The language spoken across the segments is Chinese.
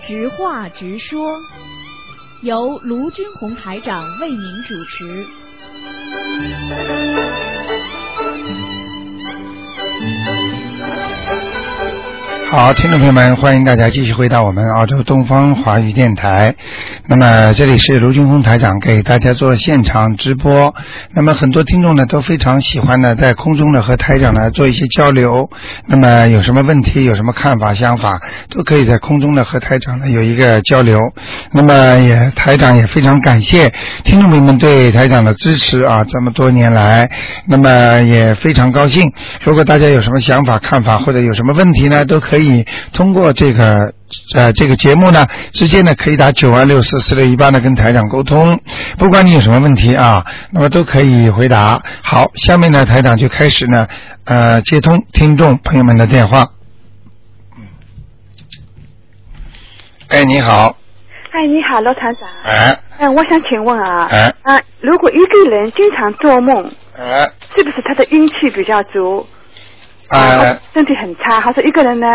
直话直说，由卢军红台长为您主持。好，听众朋友们，欢迎大家继续回到我们澳洲东方华语电台。那么这里是卢军红台长给大家做现场直播。那么很多听众呢都非常喜欢呢在空中呢和台长呢做一些交流。那么有什么问题、有什么看法、想法，都可以在空中呢和台长呢有一个交流。那么也台长也非常感谢听众朋友们对台长的支持啊，这么多年来，那么也非常高兴。如果大家有什么想法、看法或者有什么问题呢，都可以。你通过这个呃这个节目呢，直接呢可以打九二六四四六一八呢跟台长沟通，不管你有什么问题啊，那么都可以回答。好，下面呢台长就开始呢呃接通听众朋友们的电话。哎，你好。哎，你好，罗团长。哎。哎，我想请问啊。哎。啊，如果一个人经常做梦，哎，是不是他的运气比较足？啊哎。身体很差，他说一个人呢，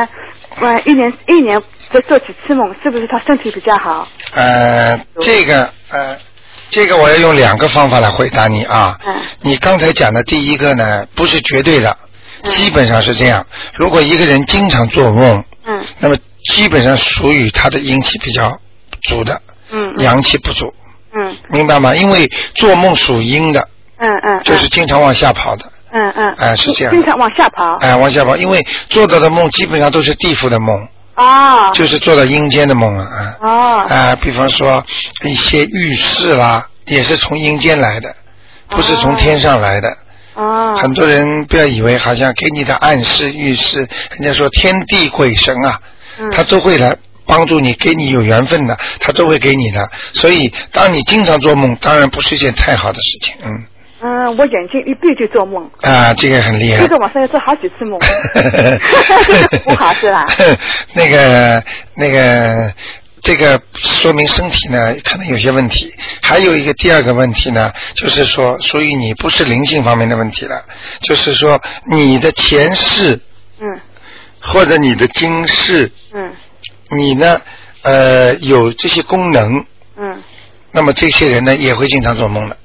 嗯，一年一年就做几次梦，是不是他身体比较好？呃，这个呃，这个我要用两个方法来回答你啊。嗯。你刚才讲的第一个呢，不是绝对的，基本上是这样。如果一个人经常做梦，嗯，那么基本上属于他的阴气比较足的，嗯，阳气不足，嗯，明白吗？因为做梦属阴的，嗯嗯，就是经常往下跑的，嗯嗯，哎是这样经常往下跑。哎，往下跑，因为做到的梦基本上都是地府的梦，哦。哎就是做到阴间的梦了啊。哦。啊，比方说一些浴室啦，也是从阴间来的，不是从天上来的。哦。很多人不要以为好像给你的暗示、预示，人家说天地鬼神啊，嗯他都会来帮助你，给你有缘分的，他都会给你的。所以，当你经常做梦，当然不是一件太好的事情。嗯，嗯，我眼睛一闭就做梦，啊，这个很厉害 一。个晚上要做好几次梦。 不好啊是吧？ 那个那个，这个说明身体呢可能有些问题。还有一个第二个问题呢，就是说属于你不是灵性方面的问题了，就是说你的前世嗯或者你的今世，嗯你呢呃有这些功能，嗯，那么这些人呢也会经常做梦的。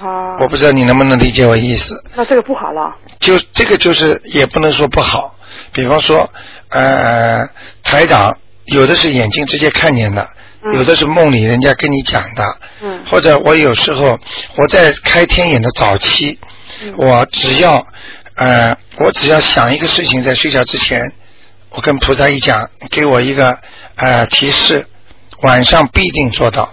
哦，我不知道你能不能理解我意思。那这个不好了。就这个就是也不能说不好，比方说，呃，台长有的是眼睛直接看见的，有的是梦里人家跟你讲的，嗯或者我有时候我在开天眼的早期，我只要呃，我只要想一个事情，在睡觉之前，我跟菩萨一讲，给我一个呃提示，晚上必定做到。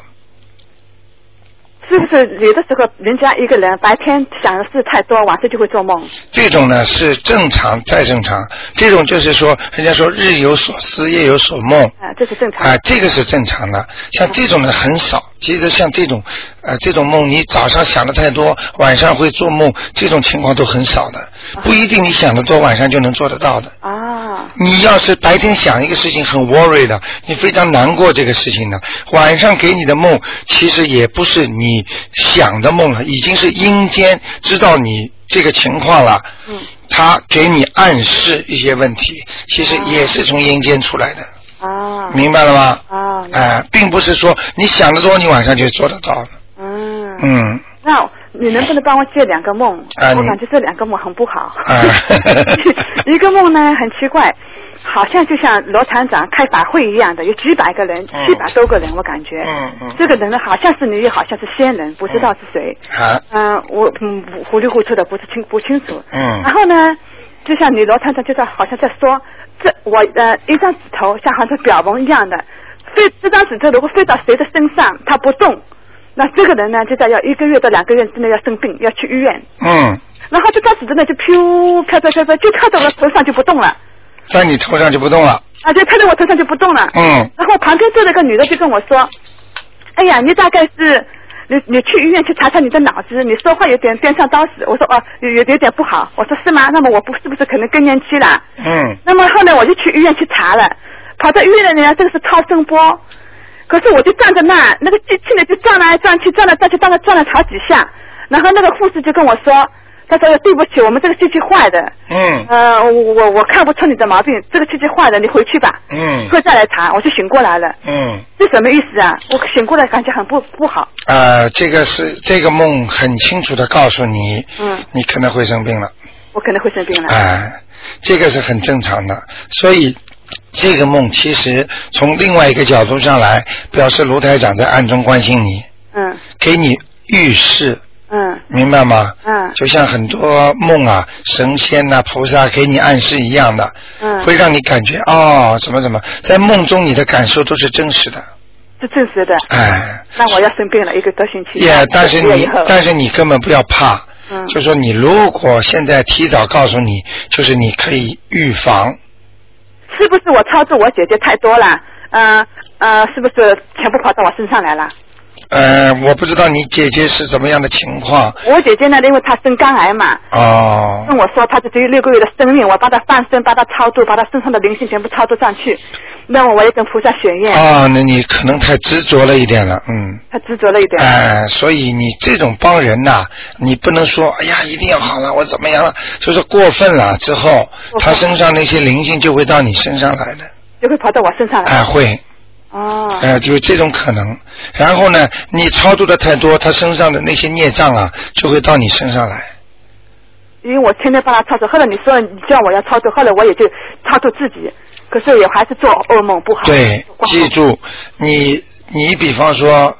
是不是有的时候人家一个人白天想的事太多，晚上就会做梦？这种呢是正常再正常，这种就是说，人家说日有所思，夜有所梦，啊，这是正常。啊，这个是正常的。像这种的很少。其实像这种，呃，这种梦，你早上想的太多，晚上会做梦，这种情况都很少的。不一定你想的多，晚上就能做得到的。啊，你要是白天想一个事情很 worry 的，你非常难过这个事情的，晚上给你的梦其实也不是你想的梦了，已经是阴间知道你这个情况了，嗯，他给你暗示一些问题，其实也是从阴间出来的。啊，明白了吗？啊，哎、并不是说你想得多，你晚上就做得到了。嗯，嗯，那你能不能帮我解两个梦？啊你我感觉这两个梦很不好。啊、 一个梦呢很奇怪，好像就像罗厂长开法会一样的，有几百个人，嗯七百多个人，我感觉。嗯嗯这个人呢，好像是你，好像是仙人，不知道是谁。啊，嗯，我嗯糊里糊涂的，不是清不清楚。嗯然后呢，就像你罗团长就在好像在说，这我呃一张指头像好像表文一样的，飞这张指头如果飞到谁的身上，它不动，那这个人呢就在要一个月到两个月之内要生病，要去医院。嗯，然后这张指头呢就飘飘飘飘飘，就飘到我头上就不动了，在你头上就不动了。啊，就飘到我头上就不动了。嗯然后旁边坐了一个女的就跟我说：“哎呀，你大概是你你去医院去查查你的脑子，你说话有点边上刀死。”我说：“哦，有有有点不好。”我说：“是吗？那么我不是不是可能更年期了嗯？”那么后来我就去医院去查了，跑到医院呢，这个是超声波，可是我就站在那，那个机器呢就转来转去，转来转去，转来转了好几下。然后那个护士就跟我说：“他说对不起，我们这个机器坏的，嗯呃，我我我看不出你的毛病，这个机器坏的，你回去吧，嗯会再来查。我就醒过来了，嗯，这什么意思啊？我醒过来感觉很不不好，呃，这个是这个梦很清楚的告诉你，嗯，你可能会生病了。我可能会生病了。哎、这个是很正常的。所以这个梦其实从另外一个角度上来，表示卢台长在暗中关心你，嗯给你预示，嗯明白吗？嗯就像很多梦啊，神仙呐、菩萨给你暗示一样的，嗯，会让你感觉哦，什么什么，在梦中你的感受都是真实的，是证实的。哎，那我要生病了一个多星期。也、但是一个月以你后，但是你根本不要怕，嗯就说你如果现在提早告诉你，就是你可以预防，是不是我操作我姐姐太多了？嗯呃，是不是全部跑到我身上来了？呃，我不知道你姐姐是怎么样的情况我姐姐呢，因为她生肝癌嘛，哦跟我说她只有六个月的生命，我帮她放生，帮她超度，把她身上的灵性全部超度上去。那我我也跟菩萨许愿，啊，那你可能太执着了一点了，嗯，她执着了一点。哎、所以你这种帮人呐、你不能说哎呀一定要好了，我怎么样了，就是过分了之后，过分他身上那些灵性就会到你身上来的，就会跑到我身上来。哎、会，哦，哎、就是这种可能。然后呢，你超度的太多，他身上的那些孽障啊，就会到你身上来。因为我天天帮她操作，后来你说你叫我要操作，后来我也就操作自己，可是也还是做噩梦不好。对，不好记住，你你比方说，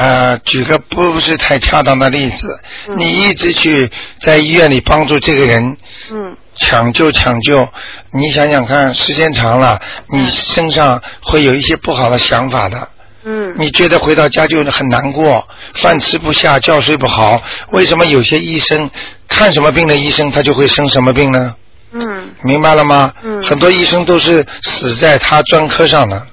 呃，举个不是太恰当的例子，嗯你一直去在医院里帮助这个人嗯抢救抢救，你想想看，时间长了，你嗯身上会有一些不好的想法的。嗯你觉得回到家就很难过，饭吃不下，觉睡不好。为什么有些医生看什么病的医生，他就会生什么病呢？嗯明白了吗？嗯很多医生都是死在他专科上的。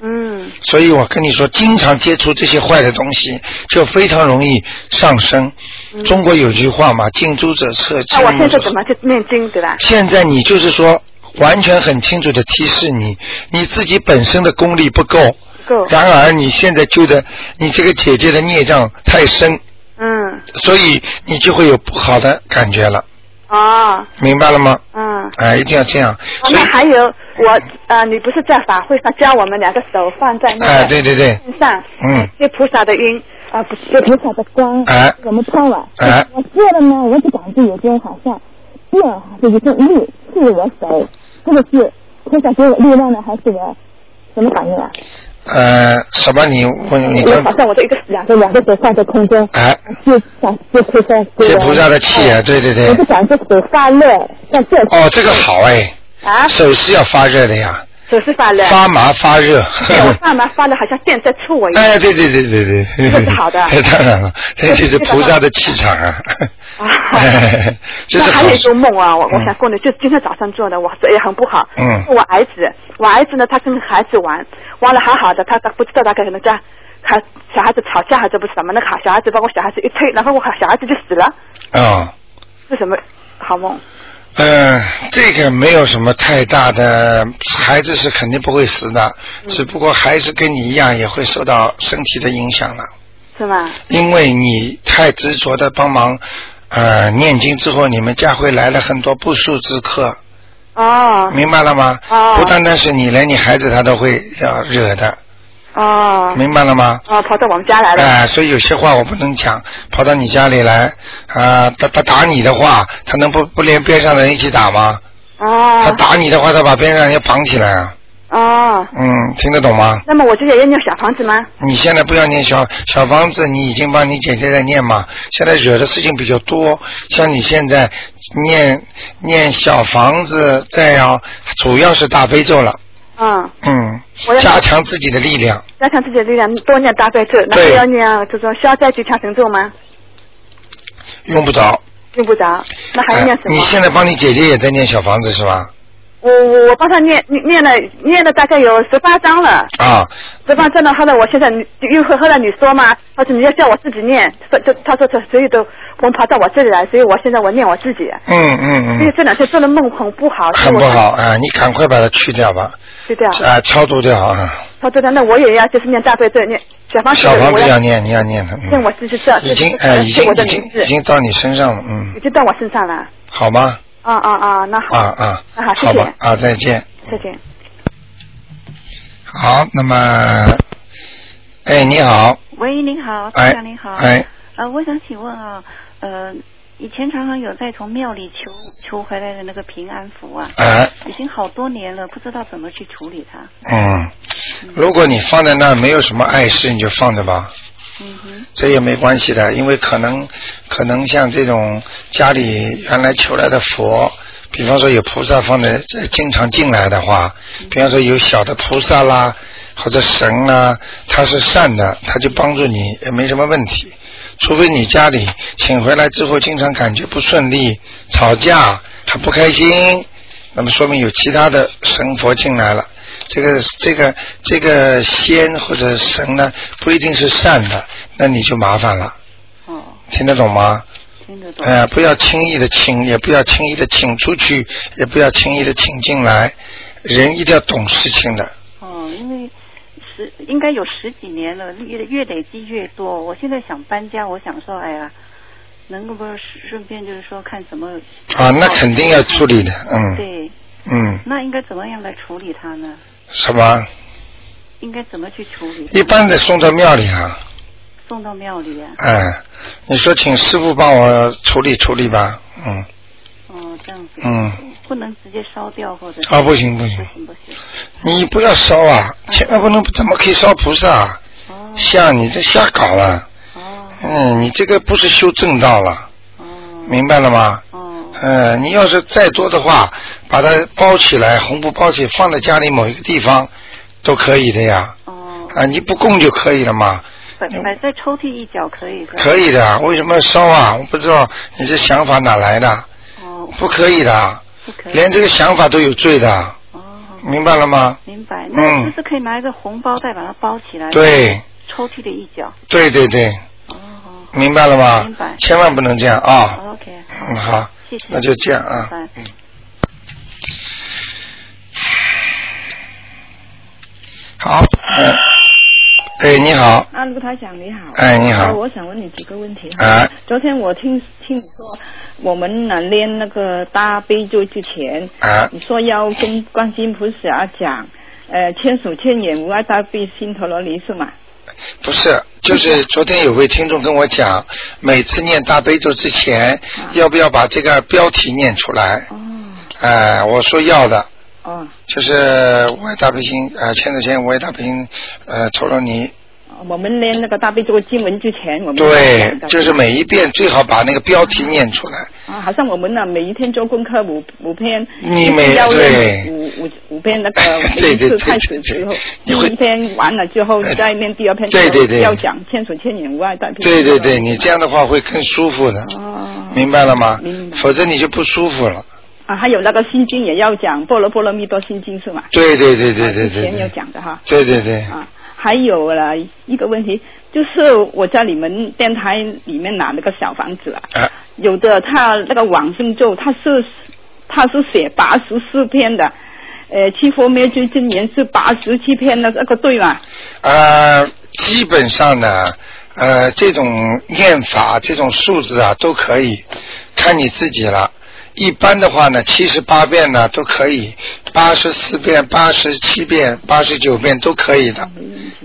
嗯所以我跟你说，经常接触这些坏的东西，就非常容易上升。嗯。中国有句话嘛，“近朱者赤，近那墨我现在者黑怎么去念经，对吧”。？现在你就是说，完全很清楚的提示你，你自己本身的功力不够，够。然而你现在就的，你这个姐姐的孽障太深，嗯。所以你就会有不好的感觉了，哦，明白了吗？嗯。哎，一定要这样。哦所以那，还有我呃，你不是在法会上教我们两个手放在那哎，个对对对，身上，嗯，接菩萨的音啊，不接菩萨的光哎我们超了。哎我做了呢，我只感觉有点好像电还是一阵绿刺我手，这个是天上给我力量呢，还是我什么反应啊？呃，什么？你问你我问好，像我的一个两两个两个手放在空中，啊哎，就想就菩萨给我接菩萨的气啊，对对对。我就感觉手发热，像这哦，这个好哎，啊手是要发热的呀，手是发热，发麻发热。对我干嘛发热，好像电在触我一样哎，对对对对对，这是好的 当然了，这就是菩萨的气场啊。啊。 这那是还好有一个梦啊，我嗯我想过你，就今天早上做的，我这也很不好。嗯我儿子，我儿子呢，他跟孩子玩，玩了还好的，他他不知道他跟人家，他小孩子吵架还是不是什么，那个小孩子把我小孩子一推，然后我小孩子就死了，哦，是什么好梦？嗯、这个没有什么太大的，孩子是肯定不会死的，嗯只不过还是跟你一样也会受到身体的影响了，是吗？因为你太执着的帮忙，呃，念经之后，你们家会来了很多不速之客。哦明白了吗？哦不单单是你，连你孩子他都会要惹的，哦明白了吗？哦，跑到我们家来哎、了。所以有些话我不能讲，跑到你家里来，啊、他他打你的话，他能不不连边上的人一起打吗？他哦打你的话，他把边上人绑起来啊。哦，嗯，听得懂吗？那么我就也要念小房子吗？你现在不要念小小房子，你已经帮你姐姐在念嘛。现在惹的事情比较多，像你现在念念小房子，再要主要是大悲咒了，嗯，嗯我，要加强自己的力量。加强自己的力量，多念大悲咒，然后对要念这种消灾吉祥神咒吗？用不着。用不着，那还要念什哎你么？现在帮你姐姐也在念小房子是吧？我我我帮他念念念了念了大概有十八章了，啊，十八章了。后来我现在你又和后来你说嘛，他说你要叫我自己念，说就他说这所有的魂跑到我这里来，所以我现在我念我自己。啊嗯嗯所以嗯，这两天做的梦很不好，很不所以我好啊，你赶快把它去掉吧，就这样。啊，超度掉啊，他说的那我也要就是念大悲咒，念小方子小房我子要要念，你要念的，念嗯，我自己这，已经这哎，已是经我的已名经字已，经到你身上了，嗯，已经到我身上了。好吗？啊啊啊，那好，啊啊那好，谢好谢吧，啊，再见。再见。好，那么，哎，你好，喂，您好，台哎长您好，，哎，呃，我想请问啊，呃，以前常常有在从庙里求求回来的那个平安符啊，哎，已经好多年了，不知道怎么去处理它。嗯，如果你放在那儿没有什么碍事，你就放着吧。嗯哼，这也没关系的，因为可能可能像这种家里原来求来的佛，比方说有菩萨放在这经常进来的话，比方说有小的菩萨啦或者神啦，他是善的，他就帮助你也没什么问题。除非你家里请回来之后经常感觉不顺利、吵架、还不开心，那么说明有其他的神佛进来了。这个这个这个仙或者神呢，不一定是善的，那你就麻烦了，哦，听得懂吗？听得懂。哎、呀，不要轻易的请，也不要轻易的请出去，也不要轻易的请进来，人一定要懂事情的。哦，因为十应该有十几年了，越越累积越多。我现在想搬家，我想说，哎呀，能够不能顺便就是说看怎么？啊，那肯定要处理的，嗯对，嗯，那应该怎么样来处理它呢？什么？应该怎么去处理？一般的送到庙里啊，送到庙里啊？哎，你说请师傅帮我处理处理吧，嗯，哦，这样子。嗯。不能直接烧掉或者。啊不行不行不行不行。你不要烧啊，千万不能怎么可以烧菩萨啊？哦吓你这瞎搞了，哦嗯，你这个不是修正道了，哦。明白了吗？哦嗯，你要是再多的话，把它包起来，红布包起来，放在家里某一个地方都可以的呀。哦。啊，你不供就可以了嘛，摆摆在抽屉一角可以是吧？可以的。为什么要烧啊？我不知道你这想法哪来的，哦，不可以的，不可以。连这个想法都有罪的，哦，明白了吗？明白。嗯那是不是可以拿一个红包袋把它包起来？。对，抽屉的一角。对对对，哦。明白了吗明白？千万不能这样啊。哦 OK，嗯，好，谢谢。那就这样啊。拜拜嗯。好，嗯，哎，你好，啊，卢台长你好。哎，你呃好，我想问你几个问题。哎，昨天我听听你说，我们呢练那个大悲咒之前，啊你说要跟观世音菩萨讲，呃，千手千眼无碍大悲心陀罗尼是吗？不是，就是昨天有位听众跟我讲，每次念大悲咒之前，要不要把这个标题念出来？哦哎，我说要的，哦，就是我爱大悲心，呃，千手千眼我爱大悲心，呃，陀罗尼，我们练那个大悲咒经文之前，我们要对讲，的就是每一遍最好把那个标题念出来。啊，好像我们呢每一天做功课五五篇，你每每要对练五五五篇那个每 对一对次对开始对之后，你会第一篇完了之后哎再念第二篇，对对对要讲千手千眼无碍大悲。对对对，你这样的话会更舒服的，哦，明白了吗明？白否则你就不舒服了。啊，还有那个心经也要讲波罗波罗蜜多心经是吗？对对对对啊对之对前要对，讲的哈。对对对，啊，还有了一个问题，就是我在你们电台里面拿那个小房子啊，啊有的他那个往生咒，他是他是写八十四篇的，呃，七佛灭罪真言是八十七篇的，那个对吗？呃，基本上呢，呃，这种念法、这种数字啊都可以，看你自己了。一般的话呢，七十八遍呢都可以，八十四遍、八十七遍、八十九遍都可以的，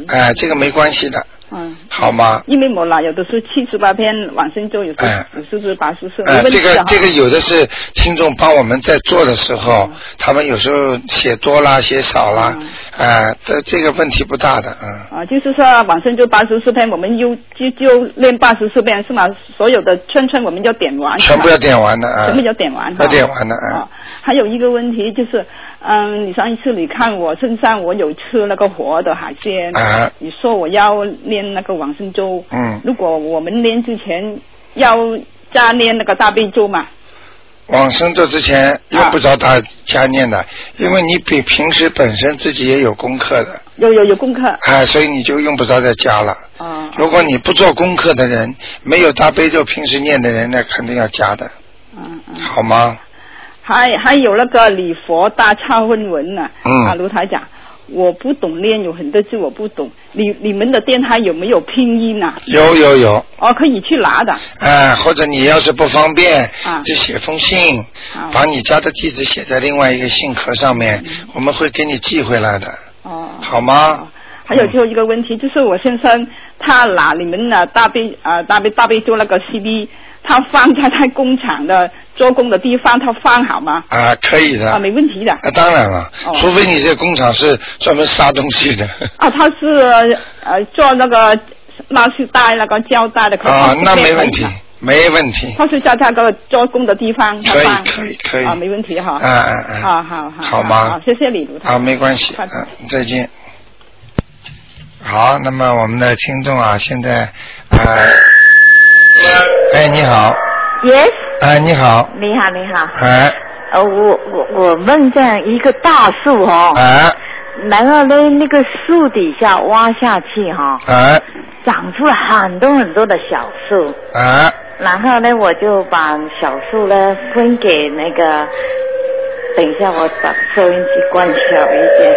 哎、这个没关系的，嗯。好吗？因为我啦，有的是七十八篇往生咒，有时哎有时是八十四。呃，没问这题个的哈这个有的是听众帮我们在做的时候，嗯他们有时候写多啦，写少啦，哎、这、这个问题不大的，嗯，啊，就是说往生咒八十四篇，我们又就就练八十四篇是吗？所有的圈圈我们要点完，是全吗部要点完的啊，全部要点完，要点完的啊啊。还有一个问题就是，嗯，你上一次你看我身上我有吃那个活的海鲜，啊你说我要练那个往生咒，嗯如果我们练之前要加练那个大悲咒嘛，往生咒之前用不着大家念的，因为你比平时本身自己也有功课的，有有有功课。哎，所以你就用不着再加了。哦如果你不做功课的人，没有大悲咒平时念的人，那肯定要加的，嗯嗯，好吗？还还有那个礼佛大忏悔文呢、啊。嗯卢台长，我不懂念，有很多字我不懂。你你们的电台有没有拼音啊？有有有，哦，可以去拿的。哎，或者你要是不方便啊，就写封信，啊嗯把你家的地址写在另外一个信壳上面，我们会给你寄回来的，哦。好吗？还嗯有最后一个问题，就是我先生他拿你们的大悲啊、呃大悲大悲咒那个 CD，他放在他工厂的做工的地方，他放好吗？啊，可以的。啊，没问题的。啊，当然了，哦除非你这工厂是专门杀东西 的啊，他是呃做那个垃圾袋那个胶带的，可是他啊是，那变没红问题的，没问题，他是在他个做工的地方，他可以放可以可以啊，没问题哈。啊啊啊啊，好好。好吗谢谢你，卢太。啊，没关系，好嗯的、再见。好，那么我们的听众啊，现在啊，哎，你好， Yes，哎，你好，你好，你好。哎，呃，我我我梦见一个大树哦，哎，然后呢，那个树底下挖下去哦哈、哎，长出了很多很多的小树。哎，然后呢，我就把小树呢分给那个，等一下我把收音机关小一点，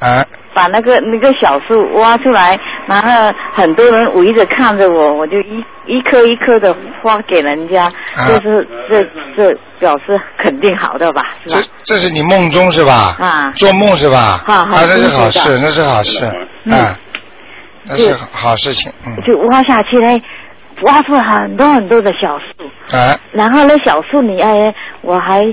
哎，把那个那个小树挖出来，然后很多人围着看着我，我就一一颗一颗的发给人家，啊就是这这表示肯定好的吧，是吧这？这是你梦中是吧？啊做梦是吧？好好啊，那是好谢谢事，那是好事，嗯啊，那是好好事情，嗯，就挖下去嘞，挖出很多很多的小树，哎，然后呢，小树你哎，我还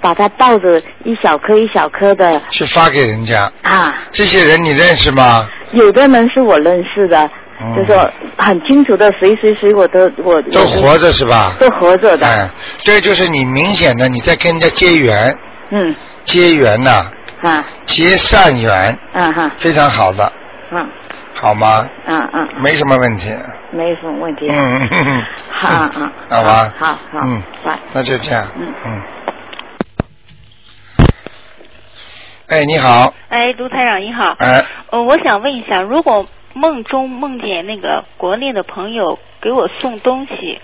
把它抱着一小颗一小颗的去发给人家。啊，这些人你认识吗？有的人是我认识的，嗯就说很清楚的，谁谁谁我都我都活着是吧？都活着的，哎，这就是你明显的你在跟人家结缘，嗯结缘呐、啊结善缘，啊哈非常好的，啊好吗？啊啊，没什么问题。没什么问题，嗯，哼哼好 啊啊，好吧。好好，嗯，拜。那就这样。嗯嗯。哎，你好，哎，卢台长你好，哎，呃，我想问一下，如果梦中梦见那个国内的朋友给我送东西，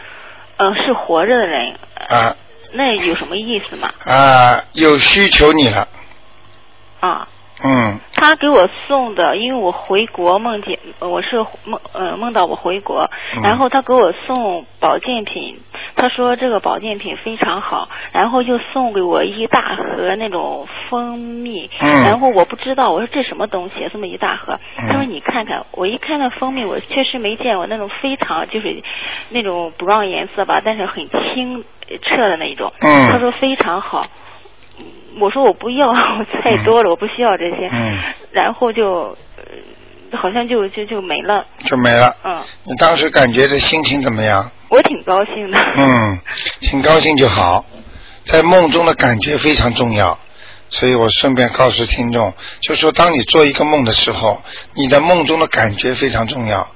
呃，是活着的人，呃啊那有什么意思吗？啊，有需求你了，啊，嗯他给我送的，因为我回国梦见呃我是梦呃梦到我回国嗯，然后他给我送保健品，他说这个保健品非常好，然后又送给我一大盒那种蜂蜜，嗯然后我不知道我说这什么东西，这么一大盒，嗯他说你看看，我一看那蜂蜜，我确实没见过那种非常就是那种 brown 颜色吧，但是很清澈的那种，嗯他说非常好。我说我不要，我太多了，我不需要这些。嗯，然后就，呃、好像就就就没了。就没了。嗯，你当时感觉这心情怎么样？我挺高兴的。嗯，挺高兴就好，在梦中的感觉非常重要，所以我顺便告诉听众，就说当你做一个梦的时候，你的梦中的感觉非常重要。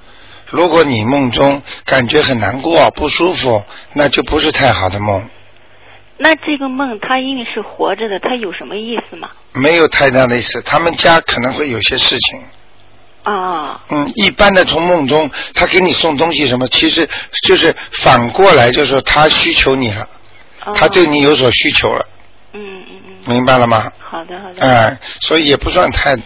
如果你梦中感觉很难过、不舒服，那就不是太好的梦， 那这个梦，它因为是活着的，它有什么意思吗？没有太大的意思。他们家可能会有些事情。啊，嗯，一般的从梦中他给你送东西什么，其实就是反过来，就是说他需求你了，哦他对你有所需求了，嗯嗯嗯，明白了吗？好的好的。哎、所以也不算太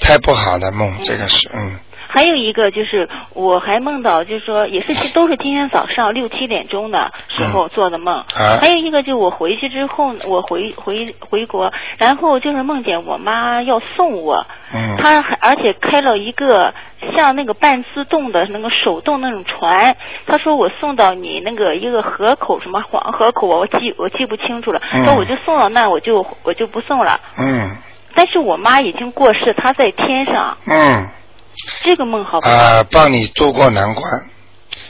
太不好的梦，这个是嗯还有一个就是，我还梦到，就是说也是都是今天早上六七点钟的时候做的梦。啊还有一个就是我回去之后，我回回回国，然后就是梦见我妈要送我，嗯她还而且开了一个像那个半自动的那个手动那种船，她说我送到你那个一个河口什么黄河口，啊我记我记不清楚了，嗯说我就送到那儿，我就我就不送了。嗯但是我妈已经过世，她在天上，嗯这个梦好不好？啊，帮你度过难关，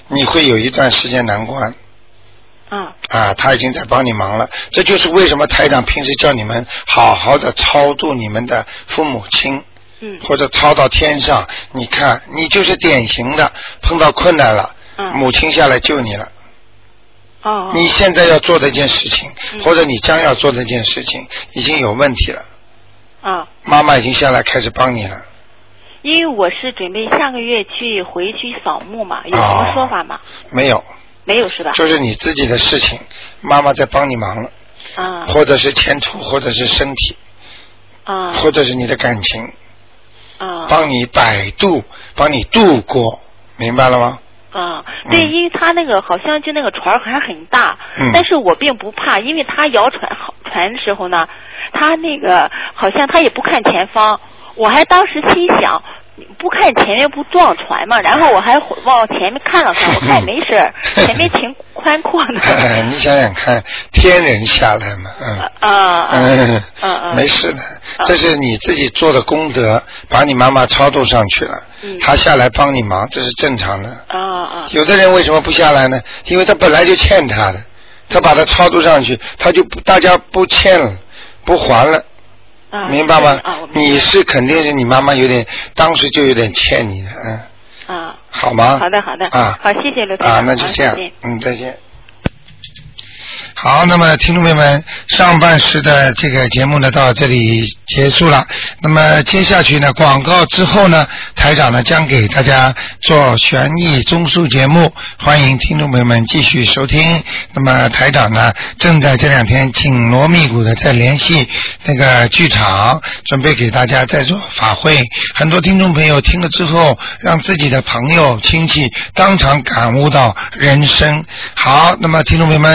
你会有一段时间难关啊啊，他已经在帮你忙了，这就是为什么台长平时叫你们好好的超度你们的父母亲。嗯或者超到天上，你看，你就是典型的碰到困难了，嗯母亲下来救你了，哦，嗯你现在要做的一件事情，或者你将要做的一件事情，已经有问题了。啊，妈妈已经下来开始帮你了。因为我是准备下个月去回去扫墓啊嘛，哎有什么说法吗？没有，没有是吧？就是你自己的事情，妈妈在帮你忙了，啊或者是前途，或者是身体，啊或者是你的感情，啊帮你摆渡，帮你渡过，明白了吗？啊！对，因为他那个好像就那个船还很大，嗯但是我并不怕，因为他摇船好船的时候呢，他那个好像他也不看前方，我还当时心想。不看前面不撞船嘛，然后我还往前面看了看，我看也没事儿，前面挺宽阔的 你想想看，天人下来嘛，嗯。啊，嗯嗯嗯没事的，这是你自己做的功德，把你妈妈超度上去了，她下来帮你忙，这是正常的。嗯啊啊有的人为什么不下来呢？因为他本来就欠他的，他把他超度上去，他就不大家不欠了，不还了，啊！明白吗？啊，我明你是肯定是你妈妈有点，当时就有点欠你的，嗯，白啊。好吗？好的，好的，啊，好，谢谢刘台长啊，那就这样再见，嗯，再见。好，那么听众朋友们，上半时的这个节目呢到这里结束了。那么接下去呢，广告之后呢，台长呢将给大家做悬疑综述节目，欢迎听众朋友们继续收听。那么台长呢正在这两天紧锣密鼓的在联系那个剧场，准备给大家再做法会。很多听众朋友听了之后，让自己的朋友亲戚当场感悟到人生。好，那么听众朋友们。